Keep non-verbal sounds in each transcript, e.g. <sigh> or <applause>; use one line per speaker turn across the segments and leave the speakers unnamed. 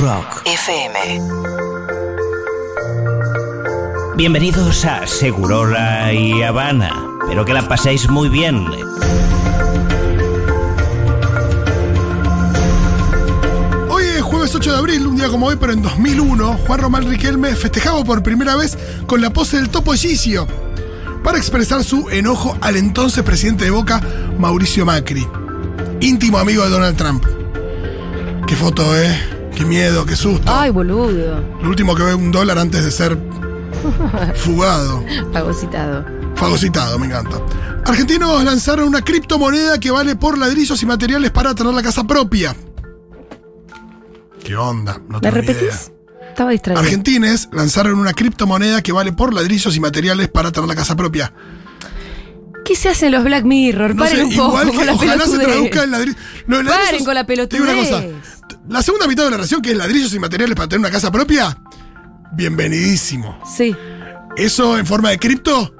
Rock
FM.
Bienvenidos a Segurola y Habana. Espero que la paséis muy bien.
Hoy es jueves 8 de abril, un día como hoy, pero en 2001, Juan Román Riquelme festejaba por primera vez con la pose del topo Gicio para expresar su enojo al entonces presidente de Boca, Mauricio Macri, íntimo amigo de Donald Trump. Qué foto, ¿eh? Qué miedo, qué susto.
Ay, boludo.
Lo último que ve un dólar antes de ser fugado.
Fagocitado.
Fagocitado, me encanta. Argentinos lanzaron una criptomoneda que vale por ladrillos y materiales para tener la casa propia. ¿Qué onda?
¿Me
No tengo ni idea.
repetís? Estaba distraído.
Argentines lanzaron una criptomoneda que vale por ladrillos y materiales para tener la casa propia.
¿Qué se hacen los Black Mirror?
No
Paren
sé,
un poco
igual
<laughs>
que
con la
ojalá se
pelotudez.
traduzca en ladrillos.
Paren con la pelotudez.
Una cosa, la segunda mitad de la oración, que es ladrillos y materiales para tener una casa propia, bienvenidísimo.
Sí,
Eso en forma de cripto,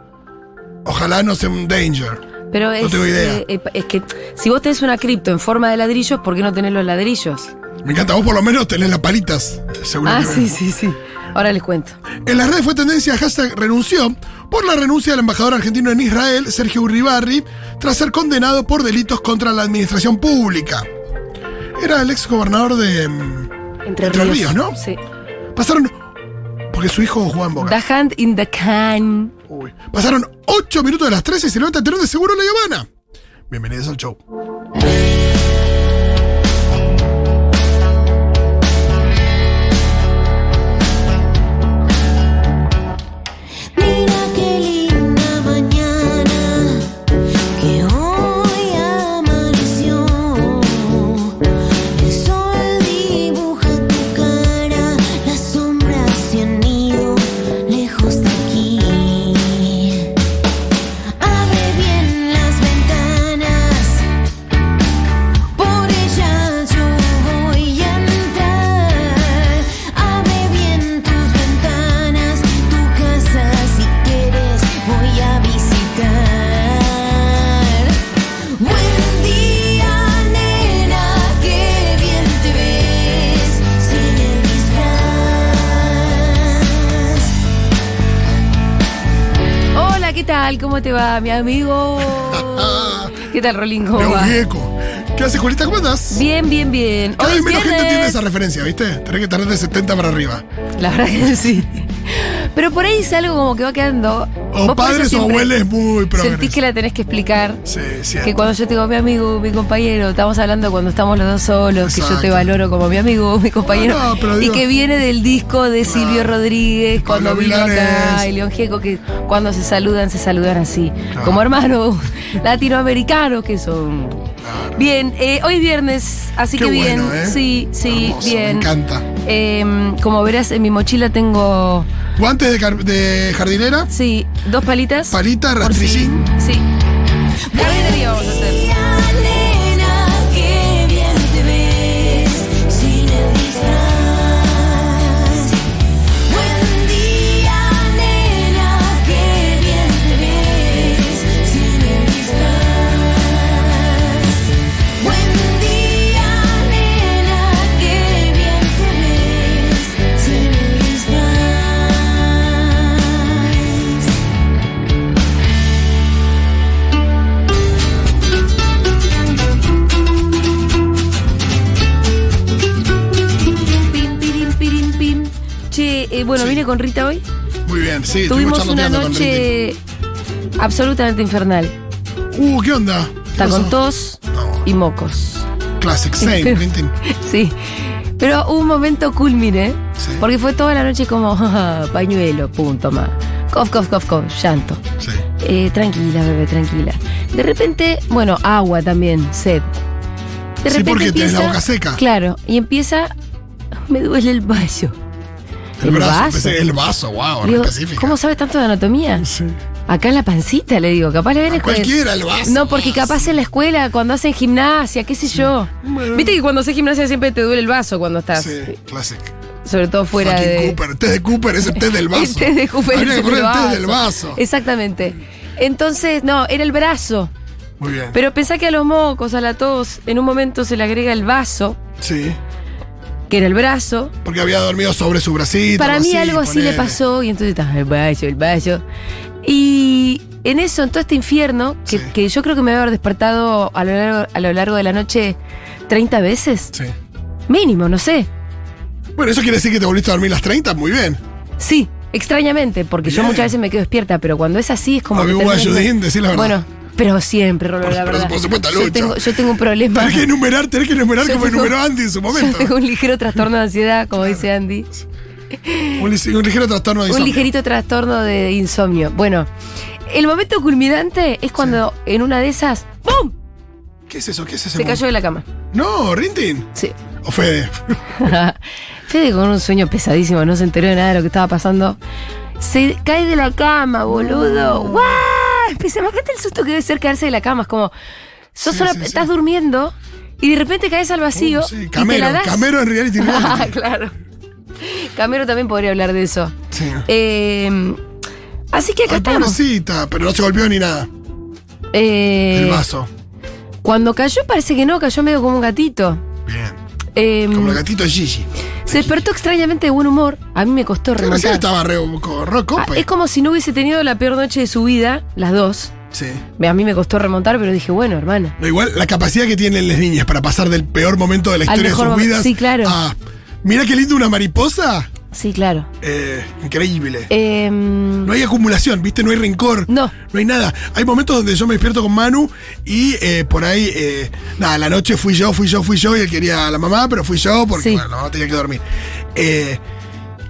ojalá no sea un danger.
pero es,
tengo idea.
eh, eh, es que si vos tenés una cripto en forma de ladrillos, ¿por qué no tenés los ladrillos?
Me encanta, vos por lo menos tenés las palitas,
Ah,
seguramente.
sí, sí, sí. Ahora les cuento.
En las redes fue tendencia hashtag renunció por la renuncia del embajador argentino en Israel, Sergio Urribarri, tras ser condenado por delitos contra la administración pública. Era el ex gobernador de. mm,
Entre,
Entre Ríos, ¿no?
Sí.
Pasaron. Porque su hijo jugaba en Boca.
The hand in the can.
Uy. Pasaron 8 minutos de las 13 y se levanta el telón de seguro La Habana. Bienvenidos al show.
Mira qué linda mañana que hoy amaneció. El sol dibuja tu cara, las sombras se han ido lejos de aquí. Abre bien las ventanas. Por ella yo voy a entrar. Abre bien tus ventanas, tu casa si quieres voy a visitar. Buen día, nena, que bien te ves sin el disfraz.
Hola, ¿qué tal? ¿Cómo te va, mi
<laughs>
amigo? ¿Qué tal, Rolín? ¿Cómo
León
va?
Gieco. ¿Qué haces, Julita? ¿Cómo andás?
Bien, bien, bien.
Cada
Hoy
vez
es
menos gente
viernes.
entiende esa referencia, ¿viste? Tenés que tener de 70 para arriba.
La verdad que <laughs> sí. Pero por ahí es algo como que va quedando. Vos
O
por eso
padres o
siempre
abuelos muy
Sentís
progres.
que la tenés que explicar.
Sí,
Que
cierto.
cuando yo tengo mi amigo, mi compañero, estamos hablando cuando estamos los dos solos, que yo te
Exacto.
valoro como mi amigo, <laughs> mi compañero.
No, no, pero digo-
y que viene del disco de Silvio Rodríguez,
Pablo
cuando vino
Milanés.
acá, y León Gieco, que cuando se saludan, se saludan así.
Claro.
Como hermanos <laughs> latinoamericanos que son.
Claro.
Bien, eh, hoy es viernes, así
Qué
que bien.
bueno, ¿eh?
Sí, sí,
Hermoso,
bien.
Me encanta.
Em, como verás, en mi mochila tengo,
Guantes de, car- de jardinera,
sí, dos palitas.
palita,
Por si-
rastrillín.
Sí. Jardinería vamos a hacer.
Mira, nena, qué bien te ves sin el disfraz. Buen día, nena, qué bien te ves sin el disfraz. Buen día, nena, qué bien te ves sin el disfraz.
Pim, pirim, pirim, pim. Che, eh, bueno,
Sí.
vine con Rita hoy.
Muy bien, sí, estuvimos
Tuvimos una
charloteando con Rinti.
noche absolutamente infernal.
Uh, ¿qué onda?
Está
¿Qué
con
pasó?
tos
No.
y mocos. <laughs>
Classic, same,
Pero-
Rintin.
Sí. Pero hubo un momento culmine,
Sí.
porque fue toda la noche como <laughs> "Ja, ja, pañuelo, punto más. Cof, cof, cof, cof, llanto.
Sí.
Eh, tranquila, bebé, tranquila. De repente, bueno, agua también, sed. De
Sí, porque tenés la boca seca.
Claro, y empieza. <laughs> Me duele el vaso.
El, brazo, pensé, el vaso, wow,
Digo,
específico.
¿Cómo sabe tanto de anatomía?
Sí.
Acá en la pancita, le digo. Capaz le ven
A cualquiera el vaso.
No, porque capaz en la escuela, cuando hacen gimnasia, qué sé yo.
Bueno.
Viste que cuando haces gimnasia siempre te duele el vaso cuando estás.
Sí, classic.
Sobre todo fuera
Fucking
de.
Cooper, té de Cooper, es el té del
<laughs>
vaso.
El té de Cooper
Habría
es
que
el
poner el té
vaso.
del vaso.
Exactamente. Entonces, no, era el brazo.
Muy bien.
Pero pensá que a los mocos, a la tos, en un momento se le agrega el vaso.
sí.
que era el brazo.
Porque había dormido sobre su bracito.
Para mí algo así le
ponele.
pasó y entonces estaba el baño, el baño. Y en eso, en todo este infierno, que,
Sí.
que yo creo que me va a haber despertado a lo largo, a lo largo de la noche 30 veces,
Sí.
mínimo, no sé.
Bueno, eso quiere decir que te volviste a dormir las 30, muy bien.
Sí, extrañamente, porque yo
Bien.
muchas veces me quedo despierta, pero cuando es así es como...
A
que
mí me
terminas-
ayudín, decí la verdad.
Bueno, pero siempre, Rolo,
Por-
la
por-
verdad.
por supuesto,
yo
Lucho.
tengo, yo tengo un problema.
Tenés que enumerar, tenés que enumerar
Yo
como
tengo-
enumeró Andy en su
<laughs> Yo
momento.
tengo un ligero trastorno de ansiedad, como dice Andy.
Un, lis- un ligero trastorno de
Un
insomnio.
ligerito trastorno de insomnio. Bueno, el momento culminante es cuando en una de esas, ¡pum!
¿Qué es eso? ¿Qué es ese
Se
mundo?
cayó de la cama.
No, Rintin.
Sí. <laughs>
O Fede.
Fede con un sueño pesadísimo, no se enteró de nada de lo que estaba pasando. Se cae de la cama,
Ah.
boludo. ¡Guau! Empieza, imagínate el susto que debe ser caerse de la cama. Es como, sos
Sí,
sola-
sí, sí.
estás durmiendo y de repente caes al vacío.
Uh, sí,
y te
Camero,
la das.
Camero en reality.
<laughs> Ah,
reality.
claro. Camero también podría hablar de eso.
Sí.
Eh, así que acá
Ay,
estamos.
pobrecita, pero no se golpeó ni nada.
Eh,
El vaso.
Cuando cayó parece que no, cayó medio como un gatito.
Bien.
Eh,
Como el gatito de Gigi.
se despertó extrañamente de buen humor. A mí me costó
Pero sí
remontar.
estaba re, co- re
Ah,
copa.
es como si no hubiese tenido la peor noche de su vida, las dos.
Sí.
A mí me costó remontar, pero dije, bueno, hermana.
No, igual la capacidad que tienen las niñas para pasar del peor momento de la historia de
mejor
sus
momento.
vidas
Sí, claro.
a. Mira qué lindo una mariposa.
Sí, claro.
Eh, increíble.
Eh,
No hay acumulación, ¿viste? No hay rencor.
No.
No hay nada. Hay momentos donde yo me despierto con Manu y eh, por ahí, eh, nada, la noche fui yo, fui yo, fui yo y él quería a la mamá, pero fui yo porque
Sí.
bueno, la mamá tenía que dormir. Eh,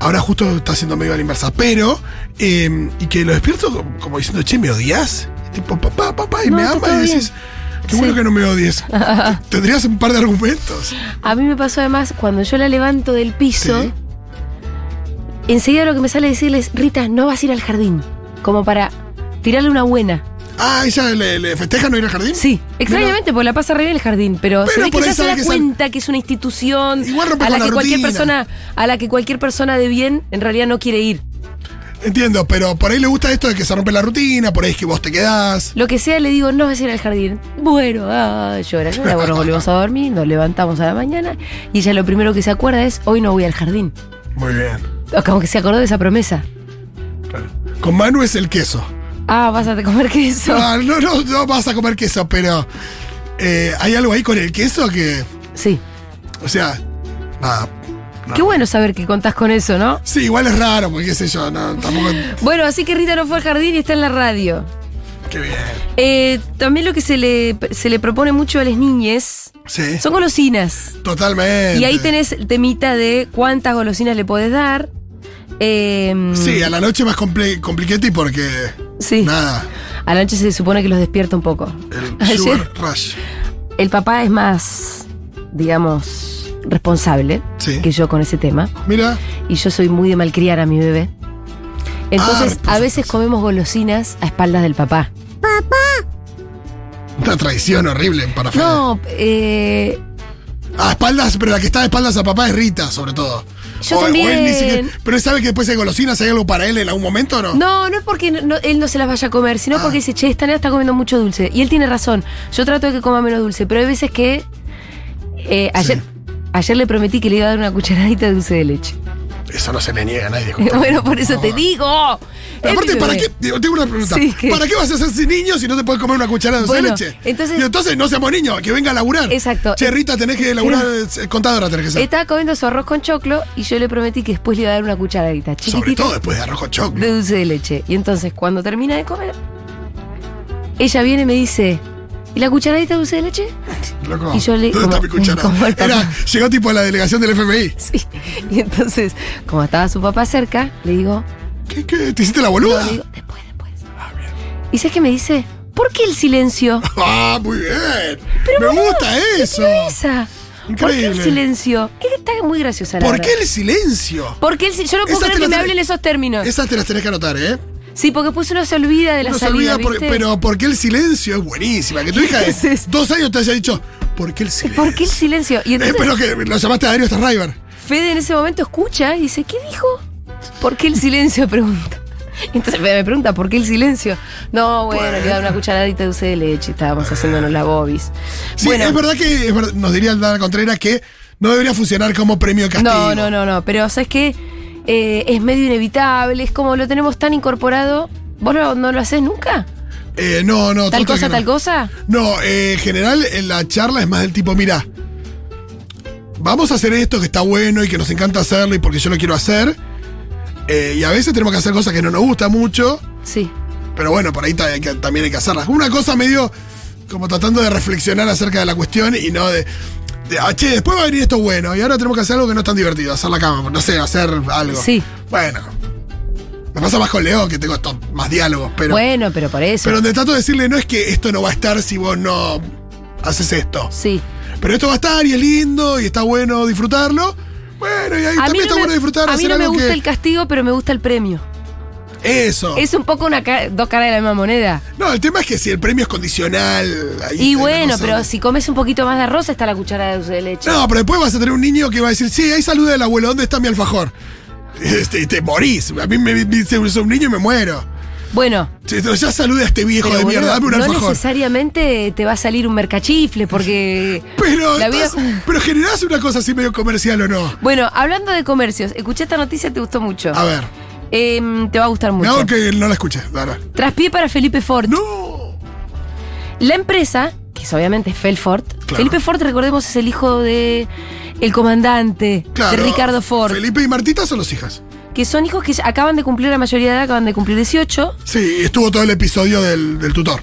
ahora justo está haciendo medio a la inversa, pero. eh, y que lo despierto como, como diciendo, che, ¿me odias? Tipo, papá, papá, y
No,
me
está
ama
todo
y
bien.
decís, qué bueno
Sí.
que no
<laughs>
me odies. Tendrías un par de argumentos.
a mí me pasó además, cuando yo la levanto del piso,
Sí.
enseguida lo que me sale decirle es, Rita, no vas a ir al jardín. Como para tirarle una buena.
Ah, ¿ella le, le festeja no ir al jardín?
Sí, extrañamente, porque la pasa re bien el jardín, pero, se
Pero
ve que
por ahí
ya se
sabe
da
que
cuenta que es una institución
Igual rompe
a la
con la
que cualquier
rutina.
persona, a la que cualquier persona de bien en realidad no quiere ir.
Entiendo, pero por ahí le gusta esto de que se rompe la rutina, por ahí es que vos te quedás.
Lo que sea, le digo, no vas a ir al jardín. Bueno, ah, llora, llora, bueno, nos volvemos a dormir, nos levantamos a la mañana y ella lo primero que se acuerda es, hoy no voy al jardín.
Muy bien.
O Como que se acordó de esa promesa.
Con Manu es el queso.
Ah, vas a comer queso.
Ah, no, no, no vas a comer queso, pero eh, hay algo ahí con el queso que,
Sí.
o sea, nada. nada.
Qué bueno saber que contás con eso, ¿no?
Sí, igual es raro, porque qué sé yo, no, tampoco.
Bueno, así que Rita no fue al jardín y está en la radio.
Qué bien.
Eh, también lo que se le, se le propone mucho a las niñes
Sí.
son golosinas.
Totalmente.
Y ahí tenés el temita de cuántas golosinas le podés dar. Em,
Sí, a la noche más comple compliquete y porque.
sí.
Nada.
A la noche se supone que los despierta un poco.
El
<laughs> Ayer.
Sugar Rush.
El papá es más, digamos, responsable
Sí.
que yo con ese tema.
Mira,
Y yo soy muy de malcriar a mi bebé. Entonces,
Ah,
a veces comemos golosinas a espaldas del papá.
una traición horrible para Fede.
No, eh,
A espaldas, pero la que está de espaldas a papá es Rita, sobre todo.
Yo
él ni
también.
siquiera- pero él sabe que después hay golosinas, hay algo para él en algún momento o no.
No, no es porque no- no- él no se las vaya a comer, sino
Ah.
porque dice, che, esta nena está comiendo mucho dulce. Y él tiene razón. Yo trato de que coma menos dulce, pero hay veces que. eh, ayer, ayer le prometí que le iba a dar una cucharadita de dulce de leche. <laughs>
Eso no se le niega a nadie.
bueno, por eso te
No.
digo.
Pero
Es
aparte,
mi
¿para
Este bebé.
qué? Digo, tengo una pregunta.
Sí, ¿qué?
¿Para qué vas a hacer sin niños si no te puedes comer una cuchara de
Bueno,
leche?
entonces-
Y entonces no seamos niños, que venga a laburar.
Exacto.
Che, Rita, tenés que laburar, eh, contadora tenés que ser.
Estaba comiendo su arroz con choclo y yo le prometí que después le iba a dar una cucharadita
Sobre
chiquitita
todo después de arroz con choclo.
de dulce de leche. Y entonces, cuando termina de comer, ella viene y me dice, ¿y la cucharadita de dulce de leche? <laughs>
Loco,
y yo le-
¿Dónde
como-
está mi cuchara?
como el papá.
Era- llegó tipo a la delegación del FMI.
Sí. Y entonces, como estaba su papá cerca, le digo,
¿Qué, qué? te hiciste la
No,
boluda?
le digo, Ah. después, después. Y sabes que me dice, ¿por qué el silencio?
<laughs> Ah, muy bien. Me gusta eso.
Esa. ¿Por qué el
Increíble.
silencio? Es que está muy graciosa la
¿Por
verdad.
qué el silencio?
¿Por qué el si- Yo no puedo
Esa
creer
te
que
la
me
tenés-
hablen esos términos.
Esas te las tenés que anotar, ¿eh?
Sí, porque pues uno se olvida de la
Uno se
salida,
olvida, por-
¿viste?
pero ¿por qué el silencio? Es buenísima.
<laughs>
Que tu hija de
Entonces-
dos años te haya dicho, ¿por qué el silencio?
¿Por qué el silencio? Y entonces
Espero que lo llamaste a Darío Starriver.
Fede en ese momento escucha y dice, ¿qué dijo? ¿Por qué el silencio? <laughs> Pregunta. Y Entonces Fede me pregunta, ¿por qué el silencio? No, bueno, le iba a dar una cucharadita de dulce de leche, estábamos haciéndonos la bobis.
Sí,
bueno,
es verdad que es verdad- nos diría Aldana Contreras que No debería funcionar como premio de castigo.
No, no, no, no. Pero ¿sabes qué? Eh, es medio inevitable, es como lo tenemos tan incorporado. ¿Vos no, no lo haces nunca?
Eh, no, no.
¿Tal
total
cosa,
que no.
tal cosa?
No, eh, en general en la charla es más del tipo, mira, vamos a hacer esto que está bueno y que nos encanta hacerlo y porque yo lo quiero hacer. Eh, y a veces tenemos que hacer cosas que no nos gustan mucho,
Sí.
pero bueno, por ahí ta- hay que- también hay que hacerlas. Una cosa medio como tratando de reflexionar acerca de la cuestión y no de, de, ah, che, después va a venir esto bueno y ahora tenemos que hacer algo que no es tan divertido, hacer la cama, no sé, hacer algo.
Sí.
Bueno. Me pasa más con León, que tengo esto- más diálogos, pero...
bueno, pero por eso.
Pero donde trato de decirle no es que esto no va a estar si vos no haces esto.
sí.
Pero esto va a estar y es lindo y está bueno disfrutarlo. Bueno, y ahí
A mí
también
no
está
me-
bueno disfrutar
a mí
hacer
no me
algo
gusta
que.
el castigo, pero me gusta el premio.
Eso.
Es un poco una ca- dos caras de la misma moneda.
No, el tema es que si el premio es condicional. ahí
Y
está la
bueno,
cosa.
pero si comes un poquito más de arroz, está la cuchara de dulce de leche.
No, pero después vas a tener un niño que va a decir, sí, ahí saluda al abuelo, ¿dónde está mi alfajor? Este, y te morís. A mí me dice un niño y me muero.
Bueno,
Sí, pero Ya saluda a este viejo
pero
de mierda,
boludo,
dame un
no
alfajor.
necesariamente te va a salir un mercachifle, porque.
<laughs> Pero,
La vida-
estás- pero generás una cosa así medio comercial o no.
<laughs> Bueno, hablando de comercios, escuché esta noticia, te gustó mucho.
A ver.
Em, te va a gustar
Me
mucho.
hago que no la escuché. Dale.
Traspié para Felipe Ford.
¡No!
La empresa, que es obviamente Felford.
Claro.
Felipe Ford, recordemos, es el hijo de el comandante de Ricardo Ford.
Felipe y Martita son los hijas.
Que son hijos que ya acaban de cumplir la mayoría de edad, acaban de cumplir 18.
Sí, estuvo todo el episodio del, del tutor.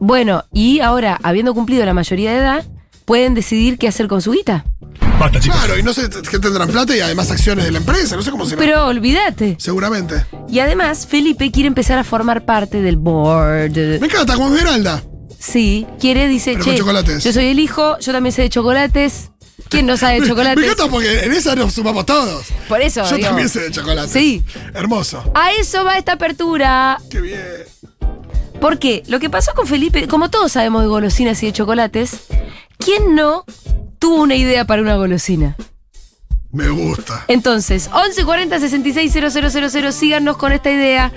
Bueno, y ahora, habiendo cumplido la mayoría de edad, pueden decidir qué hacer con su guita.
Claro, y no sé qué tendrán plata y además acciones de la empresa, no sé cómo será.
Pero olvídate.
Seguramente.
Y además, Felipe quiere empezar a formar parte del board.
Me encanta, como Esmeralda.
Sí, quiere, dice,
Pero con
che,
chocolates".
yo soy el hijo, yo también sé de chocolates. ¿Quién no
<laughs>
sabe de
Me
chocolates?
encanta porque en esa nos sumamos todos.
Por eso,
Yo
digo,
también sé de chocolate.
Sí.
Hermoso.
A eso va esta apertura.
Qué bien.
Porque lo que pasó con Felipe, como todos sabemos de golosinas y de chocolates, ¿quién no tuvo una idea para una golosina?
Me gusta.
Entonces, 1140 000, síganos con esta idea.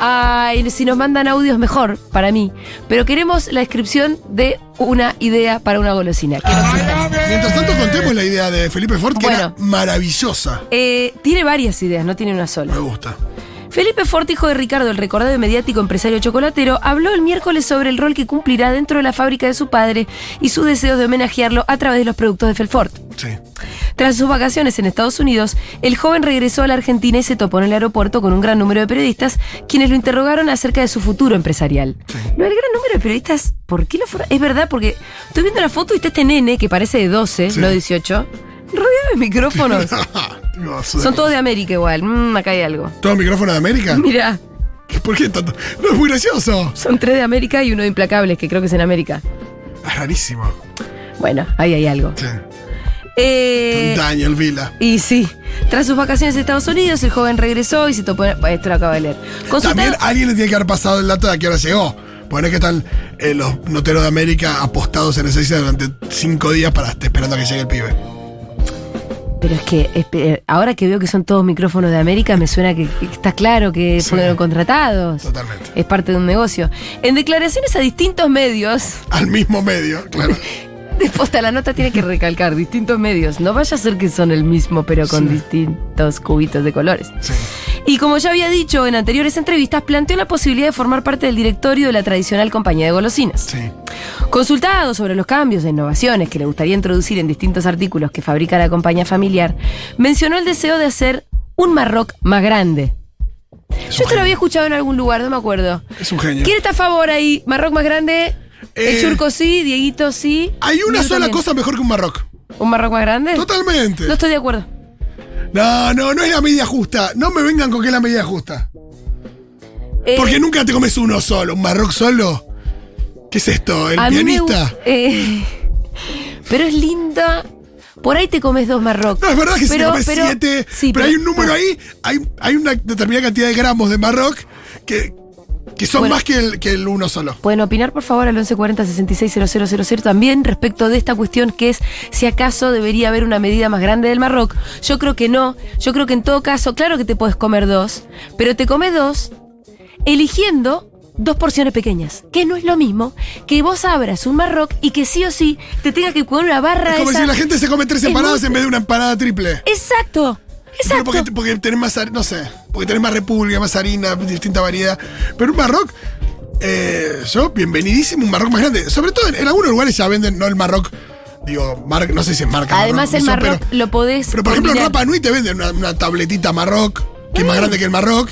Ay, si nos mandan audios, mejor para mí. Pero queremos la descripción de una idea para una golosina. Que no
Ah.
exista.
Mientras tanto, contemos la idea de Felipe Ford, que era
Bueno.
maravillosa.
Eh, tiene varias ideas, no tiene una sola.
Me gusta.
Felipe Fort, hijo de Ricardo, el recordado y mediático empresario chocolatero, habló el miércoles sobre el rol que cumplirá dentro de la fábrica de su padre y sus deseos de homenajearlo a través de los productos de Felfort.
Sí.
Tras sus vacaciones en Estados Unidos, el joven regresó a la Argentina y se topó en el aeropuerto con un gran número de periodistas quienes lo interrogaron acerca de su futuro empresarial. Lo del gran número de periodistas, ¿por qué lo fueron? Es verdad, porque estoy viendo la foto y está este nene que parece de 12,
Sí.
no 18, rodeado de
<laughs>
micrófonos.
No, es una
Son
cosa.
todos de América igual. Mm, acá hay algo.
¿Todo micrófono de América?
Mirá.
¿Por qué tanto? No, es muy gracioso.
Son tres de América y uno de Implacables, que creo que es en América.
Es rarísimo.
Bueno, ahí hay algo.
Sí.
Eh,
Daniel Vila.
y sí, tras sus vacaciones en Estados Unidos, el joven regresó y se topó... bueno, Esto lo acabo de leer.
También
Consultado,
alguien le tiene que haber pasado el dato de a qué hora llegó. Bueno, es que están eh, los noteros de América apostados en esa isla durante cinco días para esperando a que llegue el pibe.
pero es que espe- eh, ahora que veo que son todos micrófonos de América, me suena que, que está claro que
Sí.
fueron contratados.
Totalmente.
Es parte de un negocio. En declaraciones a distintos medios, <laughs>
Al mismo medio, claro.
después de la nota tiene que recalcar distintos medios. No vaya a ser que son el mismo, pero con
Sí.
distintos cubitos de colores.
Sí.
Y como ya había dicho en anteriores entrevistas, planteó la posibilidad de formar parte del directorio de la tradicional compañía de golosinas.
Sí.
Consultado sobre los cambios e innovaciones que le gustaría introducir en distintos artículos que fabrica la compañía familiar, mencionó el deseo de hacer un Marroc más grande. Yo esto lo había escuchado en algún lugar, no me acuerdo.
Es un genio.
¿Quién está a favor ahí? ¿Marroc más grande?
Eh,
el Churco sí, Dieguito sí.
Hay una
Yo
sola
también.
cosa mejor que un Marroc.
¿Un Marroc más grande?
Totalmente.
No estoy de acuerdo.
No, no, no es la medida justa. No me vengan con que es la medida justa.
Eh,
Porque nunca te comes uno solo, un Marroc solo. ¿Qué es esto? ¿El
A mí me
pianista?
gu- eh, <laughs> pero es linda. Por ahí te comes dos marrocos.
No, es verdad que si te comes
pero-
siete,
sí,
pero, hay un número ahí, hay, hay una determinada cantidad de gramos de Marroc que, que son
Bueno.
más que el, que el uno solo.
Pueden opinar, por favor, al 1140-660000 también respecto de esta cuestión que es si acaso debería haber una medida más grande del Marroc. Yo creo que no. Yo creo que en todo caso, claro que te puedes comer dos, pero te comes dos eligiendo dos porciones pequeñas. Que no es lo mismo que vos abras un marroc y que sí o sí te tenga que poner una barra
Es como
esa-
si la gente se come tres
Es
empanadas
muy-
en vez de una empanada triple.
Exacto.
Pero
Exacto.
porque, porque tenés más, har- no sé, porque tenés más república, más harina, distinta variedad. Pero un marroc, eh, yo, bienvenidísimo, un marroc más grande. Sobre todo en, en algunos lugares ya venden, no el marroc, digo, mar- no sé si es marca.
Además, el
no sé,
marroc
Pero,
lo podés.
pero, por ejemplo, en
combinar.
Rapa Nui te venden una, una tabletita marroc, que es más grande que el marroc,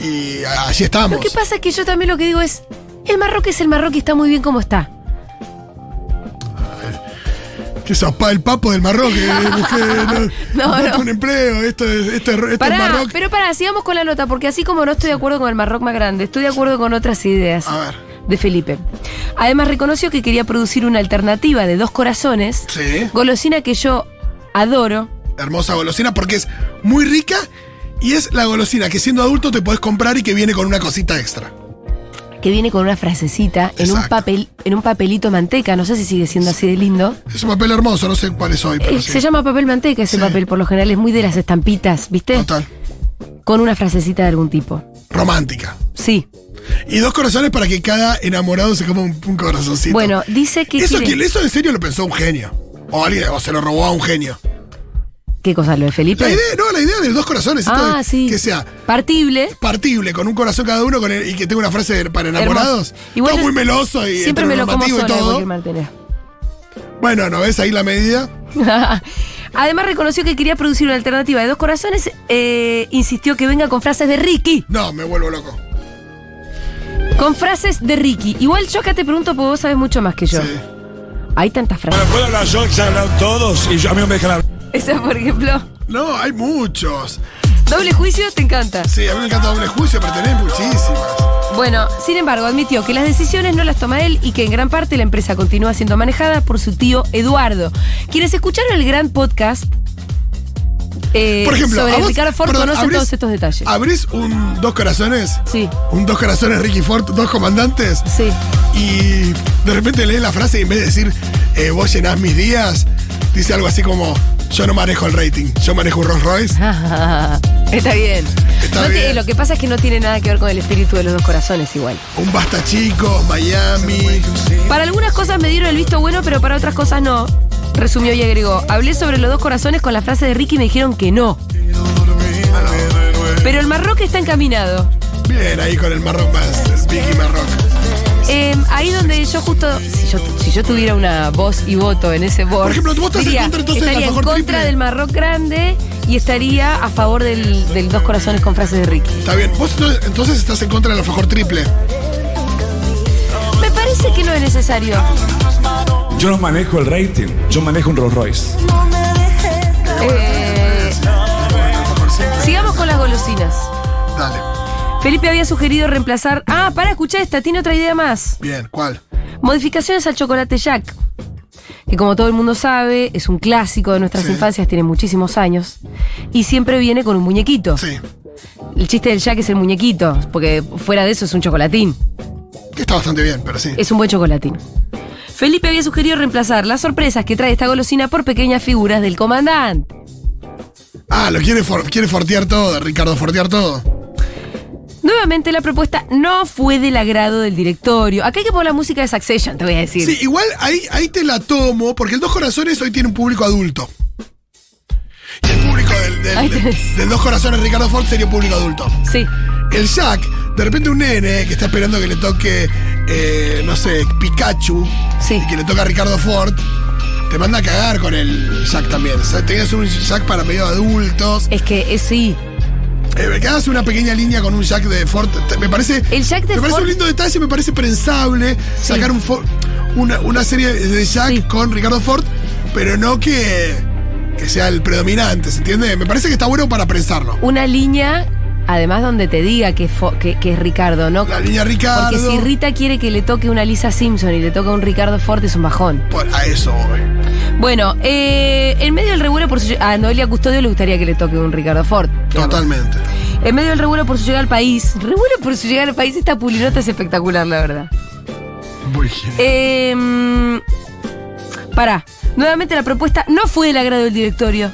y a- así estamos.
Lo que pasa es que yo también lo que digo es. El marroc es el marroc y está muy bien como está.
Que sos pa- el papo del marroc, que
<laughs>
busqué, no,
No,
buscaste
no.
un empleo, esto es, esto Este es, esto es
Pará,
marroc.
pero pará, sigamos con la nota, porque así como no estoy de acuerdo con el Marroc más grande, estoy de acuerdo con otras ideas
A ver.
de Felipe. Además reconoció que quería producir una alternativa de dos corazones,
Sí.
golosina que yo adoro,
hermosa golosina porque es muy rica y es la golosina que siendo adulto te podés comprar y que viene con una cosita extra.
que viene con una frasecita en un,
Exacto.
papel, en un papelito manteca, no sé si sigue siendo así de lindo.
Es un papel hermoso, no sé cuál es hoy, pero
Eh,
sí.
Se llama papel manteca ese
Sí.
papel, por lo general es muy de las estampitas, ¿viste?
Total.
Con una frasecita de algún tipo.
Romántica.
Sí.
Y dos corazones para que cada enamorado se coma un, un corazoncito.
Bueno, dice que
eso,
quiere-
que- eso en serio lo pensó un genio. O alguien, o se lo robó a un genio.
¿Qué cosa? ¿Lo de Felipe?
La idea, no, la idea de los dos corazones, esto
ah,
de-
sí.
que sea
Partible.
partible, con un corazón cada uno con el- y que tenga una frase de- para enamorados.
Hermoso. Igual
Todo
yo
muy meloso y
Siempre me lo como
heteronormativo
sola,
y todo.
cualquier mantener.
Bueno, ¿no ves ahí la medida?
<laughs> Además reconoció que quería producir una alternativa de dos corazones, eh, insistió que venga con frases de Ricky,
No, me vuelvo loco.
con frases de Ricky. Igual yo acá te pregunto porque vos sabes mucho más que yo.
Sí.
Hay tantas frases. <laughs>
Bueno, puedo hablar yo, que se han hablado todos, y yo- a mí no me dejan hablar.
Esa, por ejemplo,
No, hay muchos.
doble juicio te encanta.
Sí, a mí me encanta doble juicio, pero tenés muchísimas.
Bueno, sin embargo, admitió que las decisiones no las toma él y que en gran parte la empresa continúa siendo manejada por su tío Eduardo. Quienes escucharon el gran podcast eh,
Por ejemplo,
sobre
a vos-
Ricardo Ford
perdón,
conocen
abrís-
todos estos detalles.
Abrís un dos corazones,
Sí,
un dos corazones Ricky Ford, dos comandantes,
sí. <laughs>
y de repente lees la frase y en vez de decir eh, vos llenás mis días, dice algo así como yo no manejo el rating, yo manejo un Rolls Royce.
Está bien.
Está
No te-
bien.
lo que pasa es que no tiene nada que ver con el espíritu de los dos corazones igual.
Un basta chico, Miami.
Para algunas cosas me dieron el visto bueno, pero para otras cosas no. Resumió y agregó, hablé sobre los dos corazones con la frase de Ricky y me dijeron que no. Pero el Marroque está encaminado.
Bien, ahí con el marrón más, el Vicky Marroc.
Eh, ahí donde yo justo, si yo, si yo tuviera una voz y voto en ese board,
Por ejemplo, vos estás en
diría,
contra, entonces, del
estaría en
alfajor
contra
triple.
del Marroque grande y estaría a favor del, del dos corazones con frases de Ricky.
Está bien, vos entonces- entonces estás en contra del alfajor triple.
Me parece que no es necesario.
Yo no manejo el rating, yo manejo un Rolls Royce.
Eh, sigamos con las golosinas.
Dale,
Felipe había sugerido reemplazar. Ah, para, escuchar esta, tiene otra idea más.
bien, ¿cuál?
Modificaciones al chocolate Jack. Que como todo el mundo sabe, es un clásico de nuestras
Sí.
infancias, tiene muchísimos años. Y siempre viene con un muñequito.
Sí.
El chiste del Jack es el muñequito, porque fuera de eso es un chocolatín.
Que está bastante bien, pero sí.
Es un buen chocolatín. Felipe había sugerido reemplazar las sorpresas que trae esta golosina por pequeñas figuras del comandante.
Ah, lo quiere, for- quiere fortear todo, Ricardo, fortear todo.
Nuevamente la propuesta no fue del agrado del directorio. Acá hay que poner la música de Succession, te voy a decir.
Sí, igual ahí, ahí te la tomo, porque el Dos Corazones hoy tiene un público adulto. Y el público del, del-
Ahí
del-
tenés.
del Dos Corazones Ricardo Ford sería un público adulto.
Sí.
El Jack, de repente un nene que está esperando que le toque, eh, no sé, Pikachu,
Sí.
y que le toca a Ricardo Ford, te manda a cagar con el Jack también. O sea, tenías un Jack para medio adultos.
Es que es sí.
Eh, que hagas una pequeña línea con un Jack de Ford. te- Me parece.
El Jack de
Me parece
Ford-
un lindo detalle, me parece prensable sacar un Ford- una, una serie de Jack
Sí.
con Ricardo Ford, pero no que, que sea el predominante, ¿se entiende? Me parece que está bueno para prensarlo.
Una línea, además, donde te diga que, fo- que, que es Ricardo, ¿no?
La línea Ricardo.
Porque si Rita quiere que le toque una Lisa Simpson y le toca un Ricardo Forte, es un bajón.
Por- a eso voy.
Bueno, eh, en medio del revuelo por su... A Noelia Custodio le gustaría que le toque un Ricardo Forte. digamos.
Totalmente.
En medio del revuelo por su llegada al país. <laughs> Revuelo por su llegada al país. Esta pulinota es espectacular, la verdad. Em,
Muy genial.
Eh, pará. Nuevamente la propuesta no fue del agrado del directorio.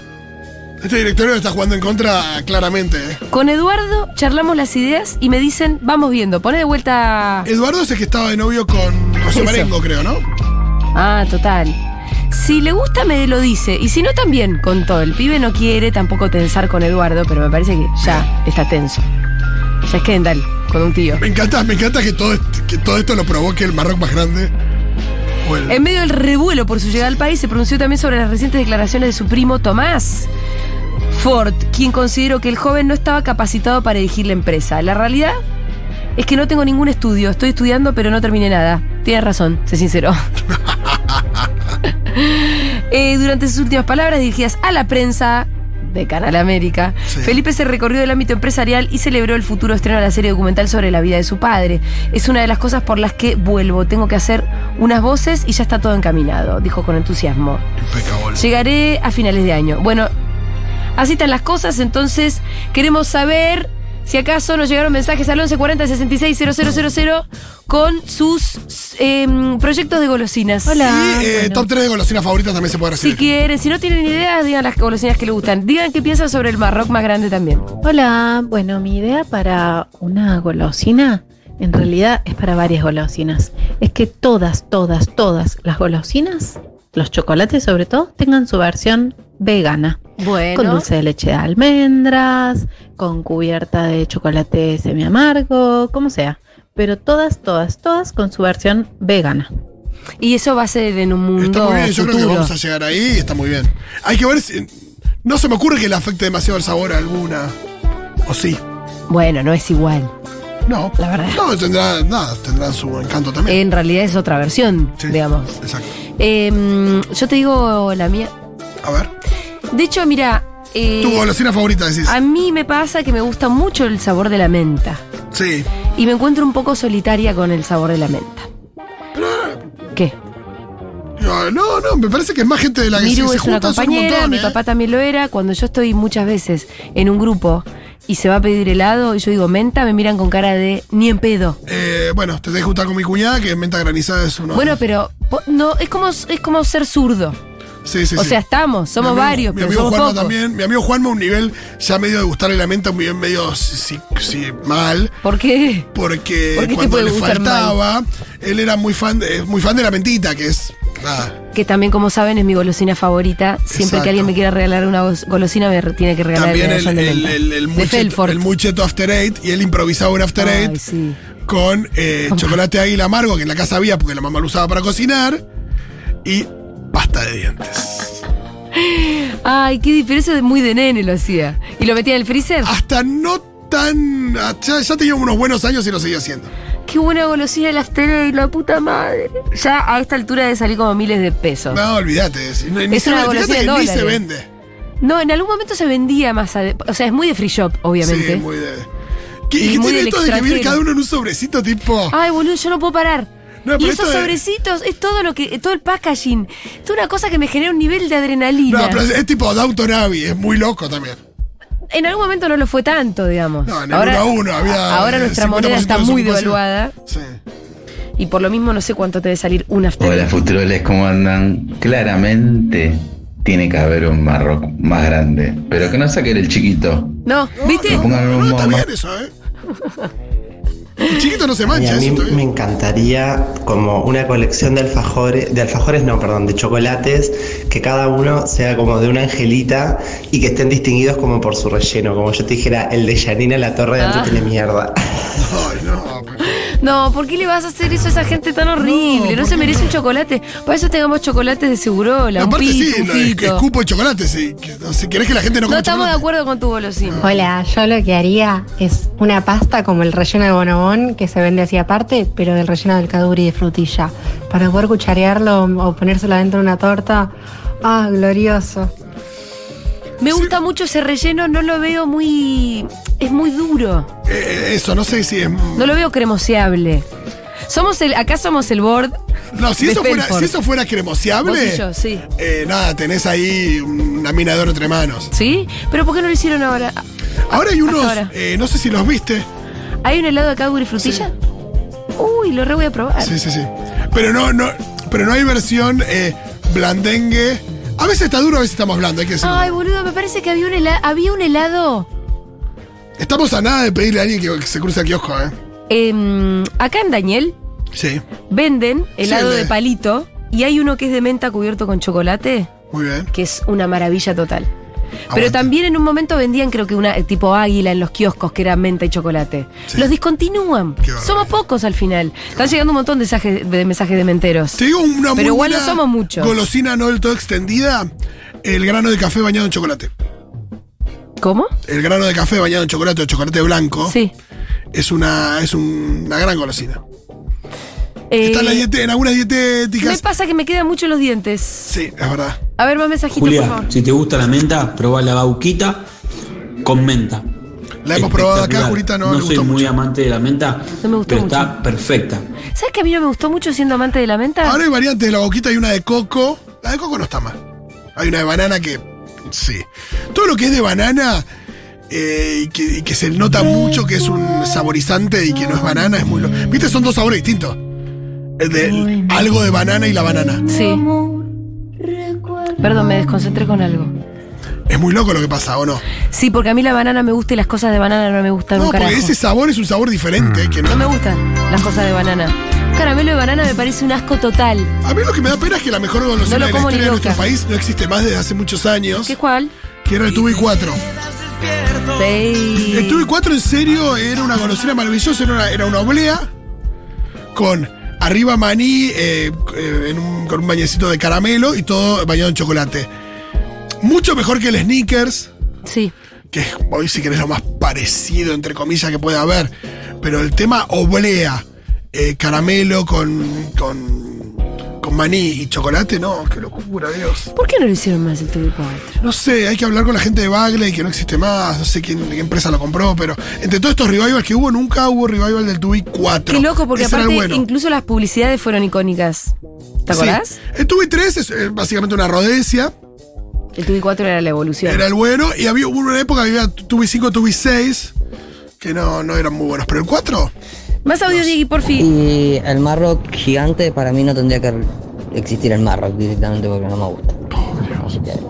Este directorio está jugando en contra claramente. ¿eh?
Con Eduardo charlamos las ideas y me dicen, vamos viendo, pone de vuelta.
Eduardo es el que estaba de novio con José
Eso.
Marengo, creo, ¿no?
Ah, total. Si le gusta, me lo dice. Y si no, también, con todo. El pibe no quiere tampoco tensar con Eduardo, pero me parece que ya está tenso. Ya es Kendall, con un tío.
Me encanta, me encanta que todo, est- que todo esto lo provoque el marroc más grande. O el-
En medio del revuelo por su llegada al país, se pronunció también sobre las recientes declaraciones de su primo Tomás Ford, quien consideró que el joven no estaba capacitado para dirigir la empresa. La realidad es que no tengo ningún estudio, estoy estudiando pero no terminé nada. Tienes razón, sé sincero. <laughs> Eh, durante sus últimas palabras dirigidas a la prensa de Canal América,
Sí.
Felipe se recorrió del ámbito empresarial y celebró el futuro estreno de la serie documental sobre la vida de su padre. Es una de las cosas por las que vuelvo. Tengo que hacer unas voces y ya está todo encaminado, dijo con entusiasmo.
Impecable.
Llegaré a finales de año. Bueno, así están las cosas, entonces queremos saber si acaso nos llegaron mensajes al 1140 66 000 con sus em, proyectos de golosinas.
Y eh, top 3 de golosinas favoritas también se puede
Si
recibir.
quieren, si no tienen ideas, digan las golosinas que les gustan. Digan qué piensan sobre el Marroc más grande también.
Hola, bueno, mi idea para una golosina, en realidad es para varias golosinas, es que todas, todas, todas las golosinas, los chocolates sobre todo, tengan su versión vegana, con
Bueno,
dulce de leche de almendras, con cubierta de chocolate semiamargo, como sea, pero todas, todas, todas con su versión vegana.
y eso va a ser en un mundo
Está muy bien, yo creo que
futuro.
vamos a llegar ahí y está muy bien. Hay que ver si. No se me ocurre que le afecte demasiado el sabor a alguna. O sí.
Bueno, no es igual.
No.
La verdad. Eh,
No, tendrá, nada, tendrán su encanto también.
En realidad es otra versión,
Sí,
digamos.
Exacto.
Em, yo te digo la mía.
A ver.
De hecho, mira, eh,
Tu golosina favorita, decís.
a mí me pasa que me gusta mucho el sabor de la menta.
Sí.
Y me encuentro un poco solitaria con el sabor de la menta. ¿Qué?
No, no, no, me parece que es más gente de la que
Miru
se, se
es una
juntan, son un
compañera,
montón,
mi
¿eh?
papá también lo era. Cuando yo estoy muchas veces en un grupo y se va a pedir helado y yo digo menta, me miran con cara de ni en pedo.
Eh, bueno, te tenés que juntar con mi cuñada, que menta granizada es uno.
Bueno, pero po- no, es como, es como ser zurdo.
sí, sí,
o
sí.
sea, estamos, somos
Mi amigo-
varios,
Mi
pero
amigo
somos
Juanma
pocos.
también. Mi amigo Juanma, un nivel ya medio de gustarle la menta, un nivel medio si, si- si- mal.
¿Por qué?
Porque
¿Por qué te
cuando
puede
le
gustar mal?
faltaba, él era muy fan, de, es muy fan de la mentita, que es. ah, Nada.
Que también, como saben, es mi golosina favorita. Siempre
Exacto.
que alguien me quiera regalar una gos- golosina, me re- tiene que regalar
También el,
medallón de
el,
menta.
el, el muy
de
cheto-
Felford.
el muy cheto After Eight, y él improvisaba un After
Ay,
Eight
sí.
con eh, chocolate águila amargo, que en la casa había porque la mamá lo usaba para cocinar, y pasta de
<laughs>
dientes.
Ay, qué diferencia de muy de nene lo hacía. Y lo metía en el freezer.
hasta no tan. ah, Ya, ya tenía unos buenos años y lo seguía haciendo.
Qué buena golosina las y la puta madre. Ya a esta altura de salir como miles de pesos.
No, olvídate. es- Ni, ni
Es
se,
una
ve- fíjate
golosina
que
de
ni se
dólares.
vende.
No, en algún momento se vendía más. ade- O sea, es muy de free shop, obviamente.
Sí, muy de. ¿Qué,
Y
y qué
muy
tiene
del
esto de que viene
extranjero. Ah,
cada uno en un sobrecito tipo?
Ay, boludo, yo no puedo parar.
No,
y
pero
esos
esto de-
sobrecitos, es todo lo que, todo el packaging. Es una cosa que me genera un nivel de adrenalina.
no, pero es, es tipo Dautonavi, es muy loco también.
En algún momento no lo fue tanto, digamos.
No, en el 1 a 1 había.
Ahora
eh,
nuestra moneda
50%
está
de
muy
desocupación.
devaluada
Sí.
y por lo mismo no sé cuánto te debe salir un after.
Hola futuroles, ¿cómo andan? Claramente tiene que haber un Marroc más grande, pero que no saquen el chiquito.
No, ¿viste?
no,
No,
Pongan un
está
mamá.
bien eso, ¿eh? El chiquito no se
Y
mancha,
a mí
eso está
me
bien.
encantaría como una colección de alfajores, de alfajores no, perdón, de chocolates, que cada uno sea como de una angelita y que estén distinguidos como por su relleno, como yo te dijera, el de Yanina la torre de
Ah.
adentro tiene mierda.
Ay, no, pero-
No, ¿por qué le vas a hacer eso a esa gente tan horrible? No,
¿por
se
qué
merece
no?
un chocolate. Para eso tengamos chocolates de Segurola, un
Aparte,
pito,
sí,
un
no,
fito.
escupo el chocolate. Si, si querés que la gente no
No
coma
estamos de
chocolate.
acuerdo con tu golosina.
Hola, yo lo que haría es una pasta como el relleno de bonobón que se vende así aparte, pero del relleno del caduri y de frutilla. Para poder cucharearlo o ponérselo dentro de una torta. Ah, glorioso.
Me gusta mucho ese relleno, no lo veo muy. Es muy duro.
Eh, eso, no sé si es.
No lo veo cremoseable. Somos el, acá somos el board.
No, si
de
eso, fuera,
Felford.
si eso fuera
Vos
cremoseable,
y yo, sí.
eh, nada, tenés ahí una mina de oro entre manos.
¿Sí? Pero ¿por qué no lo hicieron ahora?
Ahora hay unos,
ahora.
eh, no sé si los viste.
¿Hay un helado de cadbury y frutilla? Uy, lo re voy a probar.
Sí, sí, sí. Pero no, no, pero no hay versión eh, blandengue A veces está duro, a veces estamos blando, hay que decirlo.
Ay, boludo, me parece que había un, hela- había un helado.
Estamos a nada de pedirle a alguien que, que se cruce el kiosco, ¿eh?
Em, acá en Daniel
Sí,
venden helado
Sí,
de
me-
palito y hay uno que es de menta cubierto con chocolate,
muy bien.
que es una maravilla total. Pero
Aguante.
también en un momento vendían, creo que una eh, tipo águila en los kioscos, que era menta y chocolate.
Sí.
Los discontinúan.
Qué barbaridad.
Somos pocos al final. Están llegando un montón de, mensajes- de mensajes de menteros.
Te digo una muy
Pero igual no
buena
somos muchos.
Golosina no del todo extendida. El grano de café bañado en chocolate.
¿Cómo?
El grano de café bañado en chocolate o chocolate blanco
Sí.
es una es un- una gran golosina.
Eh,
Está en, la diete- en algunas
me
dietéticas.
pasa que me quedan mucho los dientes.
Sí, es verdad.
A ver, más mensajitos, por
Julia,
favor.
si te gusta la menta, probá la bauquita con menta.
La hemos probado acá,
Espectacular.
Jurita, no,
No
le
soy
gustó
muy
mucho.
amante de la menta,
No me gustó
pero
mucho.
está perfecta.
¿Sabes que a mí no me gustó mucho siendo amante de la menta?
Ahora Ah, hay variantes de la boquita, hay una de coco. La de coco no está mal. Hay una de banana que. Sí. Todo lo que es de banana eh, y, que, y que se nota mucho que es un saborizante y que no es banana es muy. lo- Viste, son dos sabores distintos. El de algo de banana y la banana.
Sí.
Recuerdo
Perdón, me desconcentré con algo.
Es muy loco lo que pasa, ¿o no?
Sí, porque a mí la banana me gusta y las cosas de banana no me gustan
No,
un carajo.
porque ese sabor es un sabor diferente. Que no-
No me gustan las cosas de banana. Un Caramelo de banana me parece un asco total.
A mí lo que me da pena es que la mejor golosina
No lo
de la
como ni
historia de nuestro
loca.
país no existe más desde hace muchos años,
¿Qué cuál?
que era el Tubi 4.
Sí.
El Tubi 4 en serio era una golosina maravillosa, era una, era una oblea con arriba maní eh, eh, en un- con un bañecito de caramelo y todo bañado en chocolate. Mucho mejor que el Snickers,
Sí.
que es, hoy si querés lo más parecido entre comillas que puede haber, pero el tema oblea, eh, caramelo con, con, con maní y chocolate, no, qué locura, Dios.
¿Por qué no lo hicieron más el tubi 4?
No sé, hay que hablar con la gente de Bagley, que no existe más, no sé quién, qué empresa lo compró, pero entre todos estos revivals que hubo, nunca hubo revival del Tubi 4.
Qué loco, porque
Ese era el
aparte
bueno.
incluso las publicidades fueron icónicas. ¿Te acordás?
Sí. El Tubi 3 es eh, básicamente una rodecia,
El tubi 4 era la evolución.
era el bueno, y había hubo una época que había Tubi 5, Tubi 6, que no, no eran muy buenos, pero el 4...
Más audio, Diego, por fin.
Uh.
Y el Marrock gigante, para mí no tendría que existir el Marrock directamente porque no me gusta. Así que-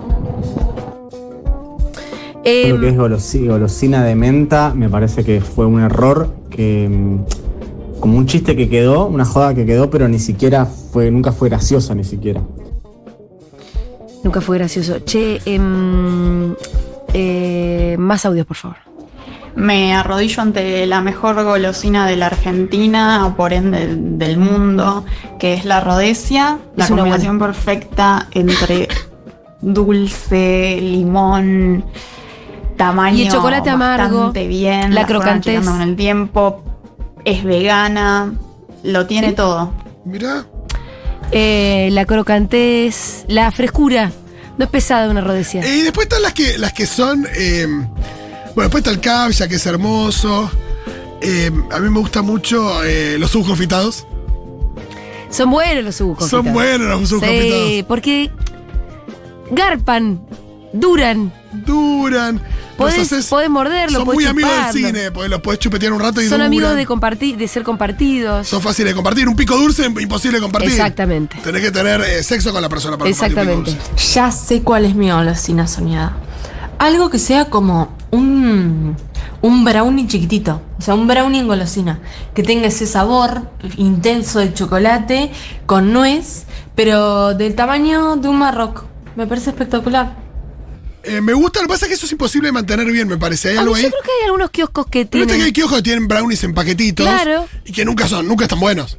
Eh,
Todo lo que es golosi- golosina de menta me parece que fue un error que mm, como un chiste que quedó, una joda que quedó, pero ni siquiera fue, nunca fue graciosa ni siquiera.
nunca fue gracioso. Che, em, eh, más audios, por favor.
Me arrodillo ante la mejor golosina de la Argentina, o por ende del mundo, que es la Rodesia. La
Es una
combinación perfecta entre dulce, limón, tamaño
Y el chocolate amargo,
bastante bien,
la
fueron
crocantez.
achicando con el tiempo, es vegana, lo tiene
Sí.
todo.
Mirá,
Eh, la crocantez, la frescura. No es pesada una rodecia.
Eh, y después están las que, las que son. eh, bueno, después está el captcha, que es hermoso. Eh, a mí me gusta mucho eh, los subos confitados.
Son buenos los subos
Son buenos los subos
Sí,
confitados.
porque garpan, duran.
Duran.
Podés,
los haces-
podés morderlo,
son
podés
muy amigos del
chuparlo.
cine, porque los podés chupetear un rato y
Son
duran.
amigos de, compartir, de ser compartidos.
Son fáciles de compartir. Un pico dulce, imposible de compartir.
Exactamente.
Tenés que tener eh, sexo con la persona para compartir un pico
Exactamente.
dulce.
Ya sé cuál es mi golosina soñada. Algo que sea como un, un brownie chiquitito, o sea, un brownie en golosina, que tenga ese sabor intenso de chocolate con nuez, pero del tamaño de un marroc. Me parece espectacular.
Eh, me gusta, lo que pasa es que eso es imposible de mantener bien, me parece. Hay
A mí
algo
Ah, yo
ahí.
creo que hay algunos kioscos que
¿eh? Pero viste que
tienen.
hay kioscos que tienen brownies en paquetitos.
Claro.
Y que nunca son, nunca están buenos.
Es-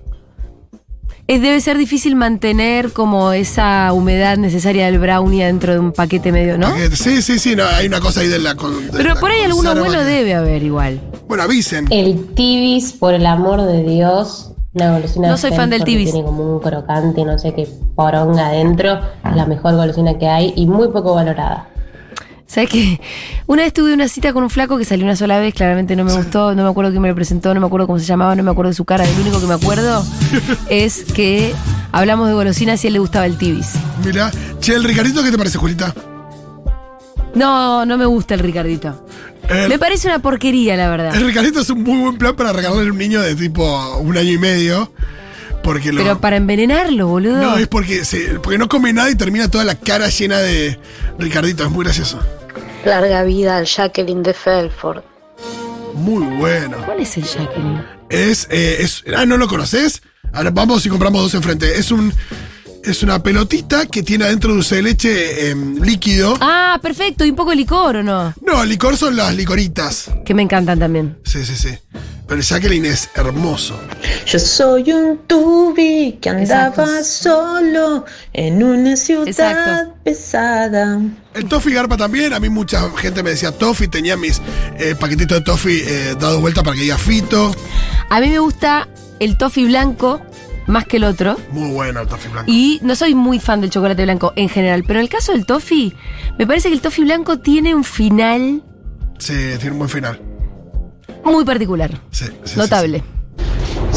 eh, debe ser difícil mantener como esa humedad necesaria del brownie dentro de un paquete medio, ¿no?
Paquete- Sí, sí, sí, no, hay una cosa ahí de la. con- de
Pero
la
por ahí algún
conserva
abuelo
que-
debe Eh. haber igual.
Bueno, avisen.
El tibis, por el amor de Dios, una golosina.
No soy fan del
porque
tibis.
Tiene como un crocante, no sé qué poronga adentro, la mejor golosina que hay y muy poco valorada.
¿Sabes qué? Una vez tuve una cita con un flaco que salió una sola vez, claramente no me gustó, no me acuerdo quién me lo presentó, no me acuerdo cómo se llamaba, no me acuerdo de su cara. El único que me acuerdo
<laughs>
es que hablamos de golosinas y a él le gustaba el tibis.
Mirá. Che, el Ricardito, ¿qué te parece, Julita?
No, no me gusta el Ricardito.
El,
Me parece
<laughs>
una porquería, la verdad.
el Ricardito es un muy buen plan para regalarle a un niño de tipo un año y medio. Porque lo-
Pero para envenenarlo, boludo.
No, es porque, se- porque no come nada y termina toda la cara llena de Ricardito. Es muy gracioso.
Larga vida al Jacqueline de Felford.
Muy bueno.
¿Cuál es el Jacqueline?
Es, eh, es- ah, ¿no lo conoces? Ahora vamos y compramos dos enfrente. Es un es una pelotita que tiene adentro dulce de leche em, líquido.
Ah, perfecto. ¿Y un poco de licor o no?
No, el licor son las licoritas.
Que me encantan también.
Sí, sí, sí. Pero el Jacqueline es hermoso.
Yo soy un tubi que andaba solo en una ciudad pesada.
El toffee garpa también. A mí mucha gente me decía toffee. Tenía mis eh, paquetitos de toffee eh, dados vuelta para que diga fito.
A mí me gusta el toffee blanco más que el otro.
Muy bueno el toffee blanco.
Y no soy muy fan del chocolate blanco en general, pero en el caso del toffee, me parece que el toffee blanco tiene un final
Sí, tiene un buen final.
muy particular,
Sí, sí,
notable.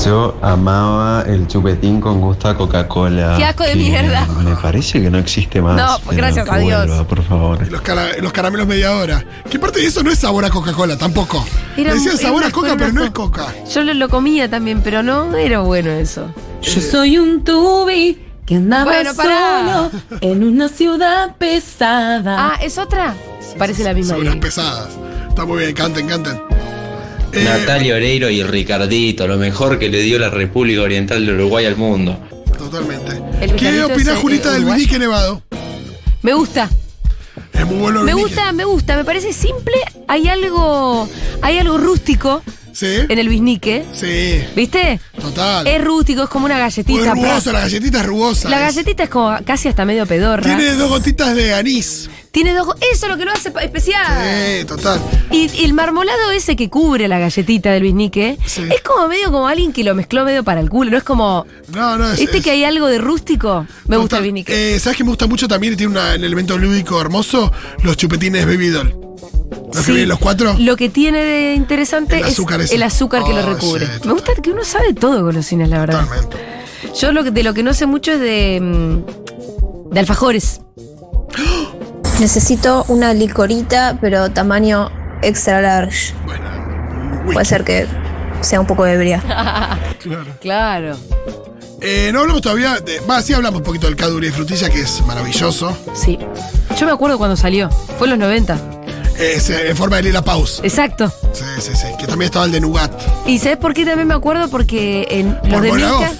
Yo amaba el chupetín con gusto a Coca-Cola.
¡Qué asco de
que
mierda!
Me parece que no existe más.
No,
pero
gracias
que
a Dios.
vuelva, por favor.
Los, cara- los caramelos media hora. Que parte de eso no es sabor a Coca-Cola tampoco.
Era-
Decían
era
sabor a
una-
Coca,
era
pero
una
no es
co-
Coca.
Yo lo, lo comía también, pero no era bueno eso.
Yo soy un tubi que andaba
Bueno,
solo
pará.
en una ciudad pesada.
Ah, ¿es otra? Parece la misma.
Son unas pesadas. Está muy bien, canten, canten.
Eh,
Eh,
Natalia Oreiro y el Ricardito, lo mejor que le dio la República Oriental del Uruguay al mundo.
Totalmente.
El
¿Qué
Ricardito
opinás,
es, eh,
Julita, del
uruguayo?
vinique nevado?
Me gusta.
Es muy bueno el
Me
vinique.
gusta, me gusta, me parece simple. Hay algo, hay algo rústico en el bisnique.
Sí.
¿Viste?
Total.
Es rústico, es como una
Muy
galletita.
rugoso,
pero-
la galletita es rugosa.
La
es.
galletita es como casi hasta medio pedorra.
Tiene dos gotitas de anís.
Tiene dos. go- Eso es lo que lo hace pa- especial.
Sí, total.
Y, y el marmolado ese que cubre la galletita del bisnique es como medio como alguien que lo mezcló medio para el culo. No es como.
No, no, es-
¿Viste
es-
que hay algo de rústico? Me
Total.
gusta el bisnique.
Eh, ¿Sabes que me gusta mucho también? y Tiene una- un elemento lúdico hermoso. Los chupetines Baby Doll. ¿Los que
Sí.
vienen los cuatro?
Lo que tiene de interesante
El azúcar
es
ese.
el azúcar que lo
Oh,
recubre.
sí,
Me gusta que uno sabe todo golosinas, la verdad. Yo lo que, de lo que no sé mucho es de, mm, de alfajores.
Necesito una licorita, pero tamaño extra large. Puede ser que sea un poco ebria.
Claro.
Claro.
Eh, no hablamos todavía. de- Va, sí hablamos un poquito del Caduri de frutilla, que es maravilloso.
Sí. Yo me acuerdo cuando salió. Fue en los 90.
Es, eh, en forma de Lila Paus.
Exacto.
Sí, sí, sí. Que también estaba el de Nougat.
¿Y sabes por qué también me acuerdo? Porque en los
¿Por
de
Molotov?
Milka.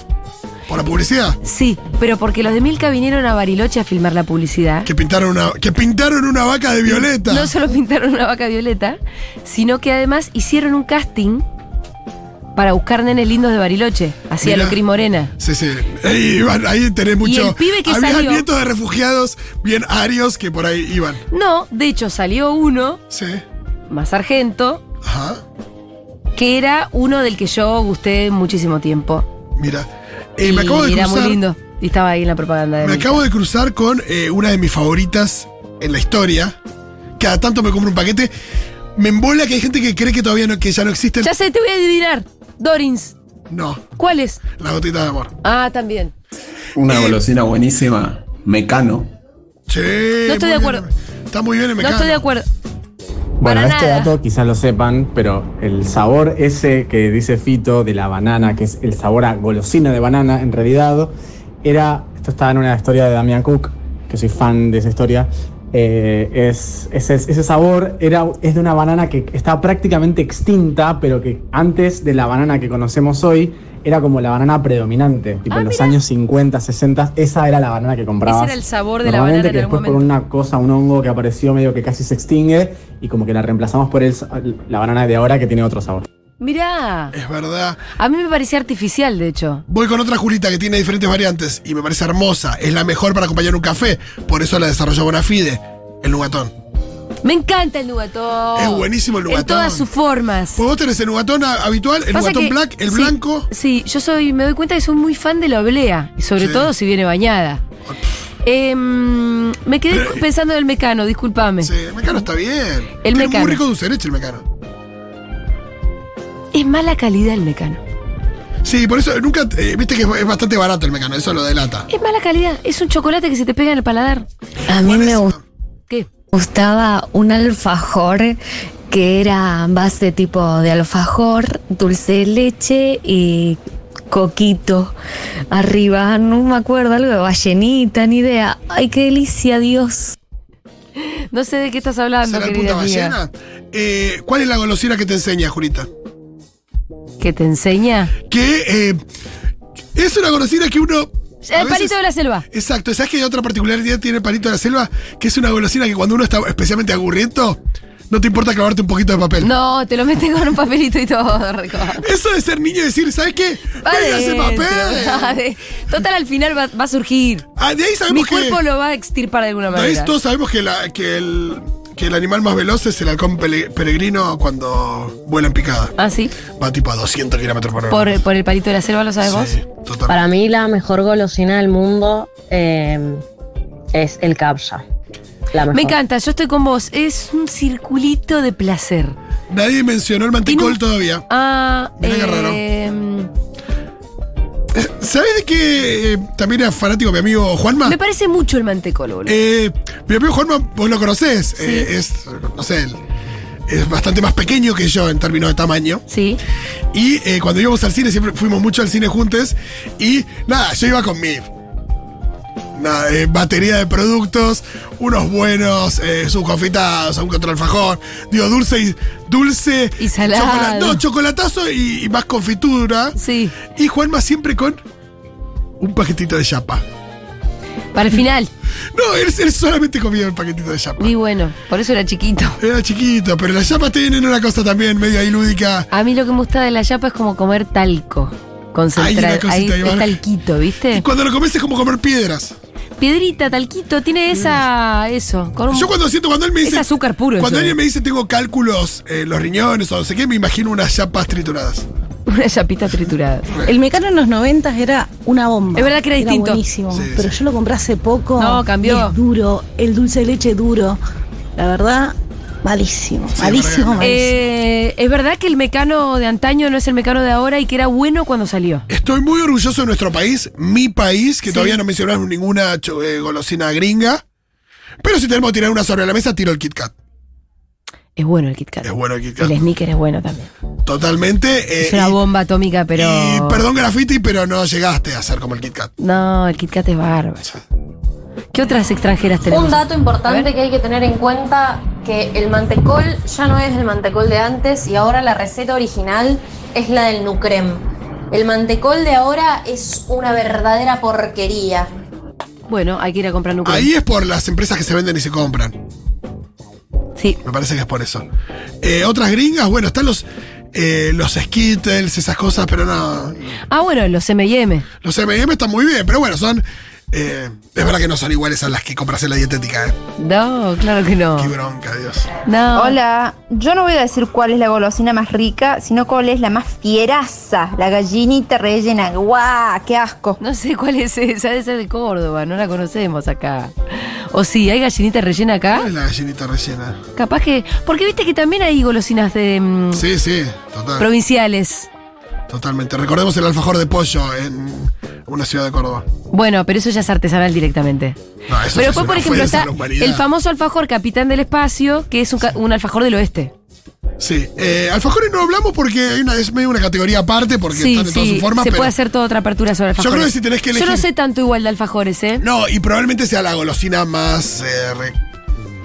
¿Por la publicidad?
Sí, pero porque los de Milka vinieron a Bariloche a filmar la publicidad.
Que pintaron una, que pintaron una vaca de violeta.
No solo <laughs> pintaron una vaca violeta, sino que además hicieron un casting para buscar nenes lindos de Bariloche. Hacía
Mirá.
lo Cris Morena.
Sí, sí. Ahí, iban, ahí tenés mucho.
el pibe que
Había
salió-
nietos de refugiados bien arios que por ahí iban.
No, de hecho salió uno,
Sí.
más sargento,
Ajá.
que era uno del que yo gusté muchísimo tiempo.
Mira. Eh, me acabo de
era
cruzar.
muy lindo. Y estaba ahí en la propaganda de
Me
Milka.
acabo de cruzar con eh, una de mis favoritas en la historia. Cada tanto me compro un paquete. Me embola que hay gente que cree que todavía no, que ya no existen.
Ya sé, te voy a adivinar. Dorins.
No,
¿Cuál es?
las gotitas de amor.
Ah, también.
Eh,
Una golosina buenísima. Mecano.
Sí.
No estoy
muy
de
bien.
acuerdo.
Está muy bien, me
No estoy de acuerdo.
Bueno,
Para
este
nada.
dato quizás lo sepan, pero el sabor ese que dice Fito de la banana, que es el sabor a golosina de banana, en realidad era, esto estaba en una historia de Damian Cook, que soy fan de esa historia, eh, es, ese, ese sabor era, es de una banana que está prácticamente extinta, pero que antes de la banana que conocemos hoy, era como la banana predominante, tipo
Ah,
en los años 50, 60, esa era la banana que comprabas.
Ese era el sabor de la banana
Normalmente
en
que
algún
después por una cosa, un hongo que apareció medio que casi se extingue y como que la reemplazamos por el, sa- la banana de ahora que tiene otro sabor.
Mirá.
Es verdad.
A mí me parecía artificial, de hecho.
Voy con otra Julita que tiene diferentes variantes y me parece hermosa. Es la mejor para acompañar un café. Por eso la desarrolló Bonafide, el nugatón.
Me encanta el nugatón.
Es buenísimo el
En
nugatón.
todas sus formas.
Pues vos tenés el nugatón a- habitual, el
Pasa
nugatón
que-
black, el
sí,
blanco.
Sí, yo soy, me doy cuenta que soy muy fan de la oblea, y sobre
Sí.
todo si viene bañada. Em, me quedé pensando en el mecano, discúlpame.
eh, Sí, el mecano está bien.
El
Tiene
mecano.
Muy rico dulce de leche el mecano.
Es mala calidad el mecano.
Sí, por eso nunca. eh, Viste que es, es bastante barato el mecano, eso lo delata.
Es mala calidad, es un chocolate que se te pega en el paladar.
A mí me gust-
¿Qué?
gustaba un alfajor que era base tipo de alfajor, dulce de leche y coquito arriba, no me acuerdo, algo de ballenita, ni idea. Ay, qué delicia, Dios.
No sé de qué estás hablando.
Ah, ¿Será el
querida
punta
amiga.
ballena? Eh, ¿Cuál es la golosina que te enseña, Julita?
¿Que te enseña?
Que eh, es una golosina que uno. a
El palito de la selva.
Exacto, ¿sabes que hay otra particularidad tiene el palito de la selva? Que es una golosina que cuando uno está especialmente aburriendo, no te importa clavarte un poquito de papel.
No, te lo meten con un papelito y todo, <laughs> rico.
Eso de ser niño y decir, ¿sabes qué?
Va
¡Venga ese
adentro, <laughs> va
papel!
de- Total, al final va, va a surgir.
Ah, de ahí
Mi
sabemos que.
cuerpo lo va a extirpar de alguna
de ahí
manera.
todos sabemos que, la- que el, que el animal más veloz es el halcón pele- peregrino cuando vuela en picada.
Ah, sí.
Va tipo a 200 kilómetros por hora.
Por, por el palito de la selva, ¿lo sabes
Sí,
vos?
Para mí la mejor golosina del mundo
Em,
eh, es el capsa. La mejor.
Me encanta, yo estoy con vos. Es un circulito de placer.
Nadie mencionó el mantecol todavía.
Ah,
Mirá qué raro.
eh,
¿Sabés de qué? eh, también era fanático mi amigo Juanma.
me parece mucho el mantecol, boludo.
Eh, mi amigo Juanma, vos lo conocés. eh, es, no sé, el- es bastante más pequeño que yo en términos de tamaño.
Sí.
Y eh, cuando íbamos al cine, siempre fuimos mucho al cine juntos. Y nada, yo iba con mi nada, eh, batería de productos, unos buenos, eh, sus confitados, algún que otro alfajor. Digo, dulce y. Dulce.
Y salado.
chocola- no, chocolatazo y, y más confitura.
Sí.
Y Juanma siempre con un paquetito de chapa.
Para el final.
No, él, él solamente comía el paquetito de chapa.
Y bueno, por eso era chiquito.
Era chiquito, pero las chapas tienen una cosa también medio ahí lúdica.
A mí lo que me gusta de la yapa es como comer talco.
Hay una
Concentrado.
cosita
Ahí
ahí,
es
¿vale?
talquito, ¿viste?
Y cuando lo comes es como comer piedras.
Piedrita, talquito, tiene esa. Eso. con un-
Mm. Yo cuando siento, cuando él me
Es
dice.
azúcar puro eso.
Cuando
eh.
alguien me dice tengo cálculos eh, los riñones o no sé qué, me imagino unas chapas trituradas.
<laughs> Una yapita triturada.
El mecano en los 90 era una bomba.
Es verdad que era distinto.
buenísimo,
Sí, sí.
pero yo lo compré hace poco.
No, cambió.
Es duro, el dulce de leche duro. La verdad, malísimo, malísimo, malísimo.
Eh, es verdad que el mecano de antaño no es el mecano de ahora y que era bueno cuando salió.
Estoy muy orgulloso de nuestro país, mi país, que todavía no mencionamos ninguna cho- eh, golosina gringa. Pero si tenemos que tirar una sobre la mesa, tiro el Kit Kat.
Es bueno el Kit Kat.
Es bueno el Kit Kat.
El sneaker es bueno también.
Totalmente. eh,
es una
y-
bomba atómica, pero.
y perdón, Graffiti, pero no llegaste a ser como el Kit Kat.
No, el Kit Kat es bárbaro. ¿Qué otras extranjeras tenemos?
Un dato
A
importante
ver.
que hay que tener en cuenta que el mantecol ya no es el mantecol de antes y ahora la receta original es la del Nucrem. El mantecol de ahora es una verdadera porquería.
Bueno, hay que ir a comprar núcleos.
Ahí es por las empresas que se venden y se compran.
Sí.
Me parece que es por eso. Eh, otras gringas, bueno, están los, eh, los Skittles, esas cosas, pero no.
Ah, bueno, los MM.
Los MM están muy bien, pero bueno, son. eh, es verdad que no son iguales a las que compras en la dietética, ¿eh?
No, claro que no.
Qué bronca, Dios.
¿Ah?
Hola, yo no voy a decir cuál es la golosina más rica, sino cuál es la más fieraza, la gallinita rellena. ¡Guau! ¡Qué asco!
No sé cuál es esa, debe ser de Córdoba, no la conocemos acá. O sí, hay gallinita rellena acá.
¿Cuál es la gallinita rellena?
Capaz que. Porque viste que también hay golosinas de. mm,
Sí, sí, total.
provinciales.
Totalmente. Recordemos el alfajor de pollo en una ciudad de Córdoba.
Bueno, pero eso ya es artesanal directamente.
No,
pero
eso sí es
después, por
una
ejemplo,
ofensa a
está
la humanidad.
el famoso alfajor Capitán del Espacio, que es un, ca- un alfajor del oeste.
Sí, eh, alfajores no hablamos porque hay una, es medio una categoría aparte, porque
sí,
están en todas
sí,
sus formas.
se
pero-
puede hacer toda otra apertura sobre alfajores.
creo que si tenés que
Yo no
elegir-
sé tanto igual de alfajores, ¿eh?
No, y probablemente sea la golosina más eh, re-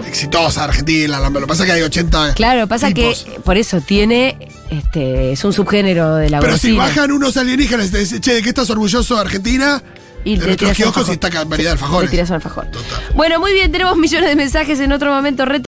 exitosa argentina. la- Lo que pasa es que hay 80.
Claro, pasa
tipos.
que por eso tiene. Este, es un subgénero de la
Pero si
golosina.
bajan unos alienígenas y te dicen, che, ¿de qué estás orgulloso, Argentina?
Y
de
le
nuestros
tiras un
kioscos y
alfajor.
esta variedad de
Le
alfajores.
tiras un alfajor. Bueno, muy bien, tenemos millones de mensajes en otro momento. Reto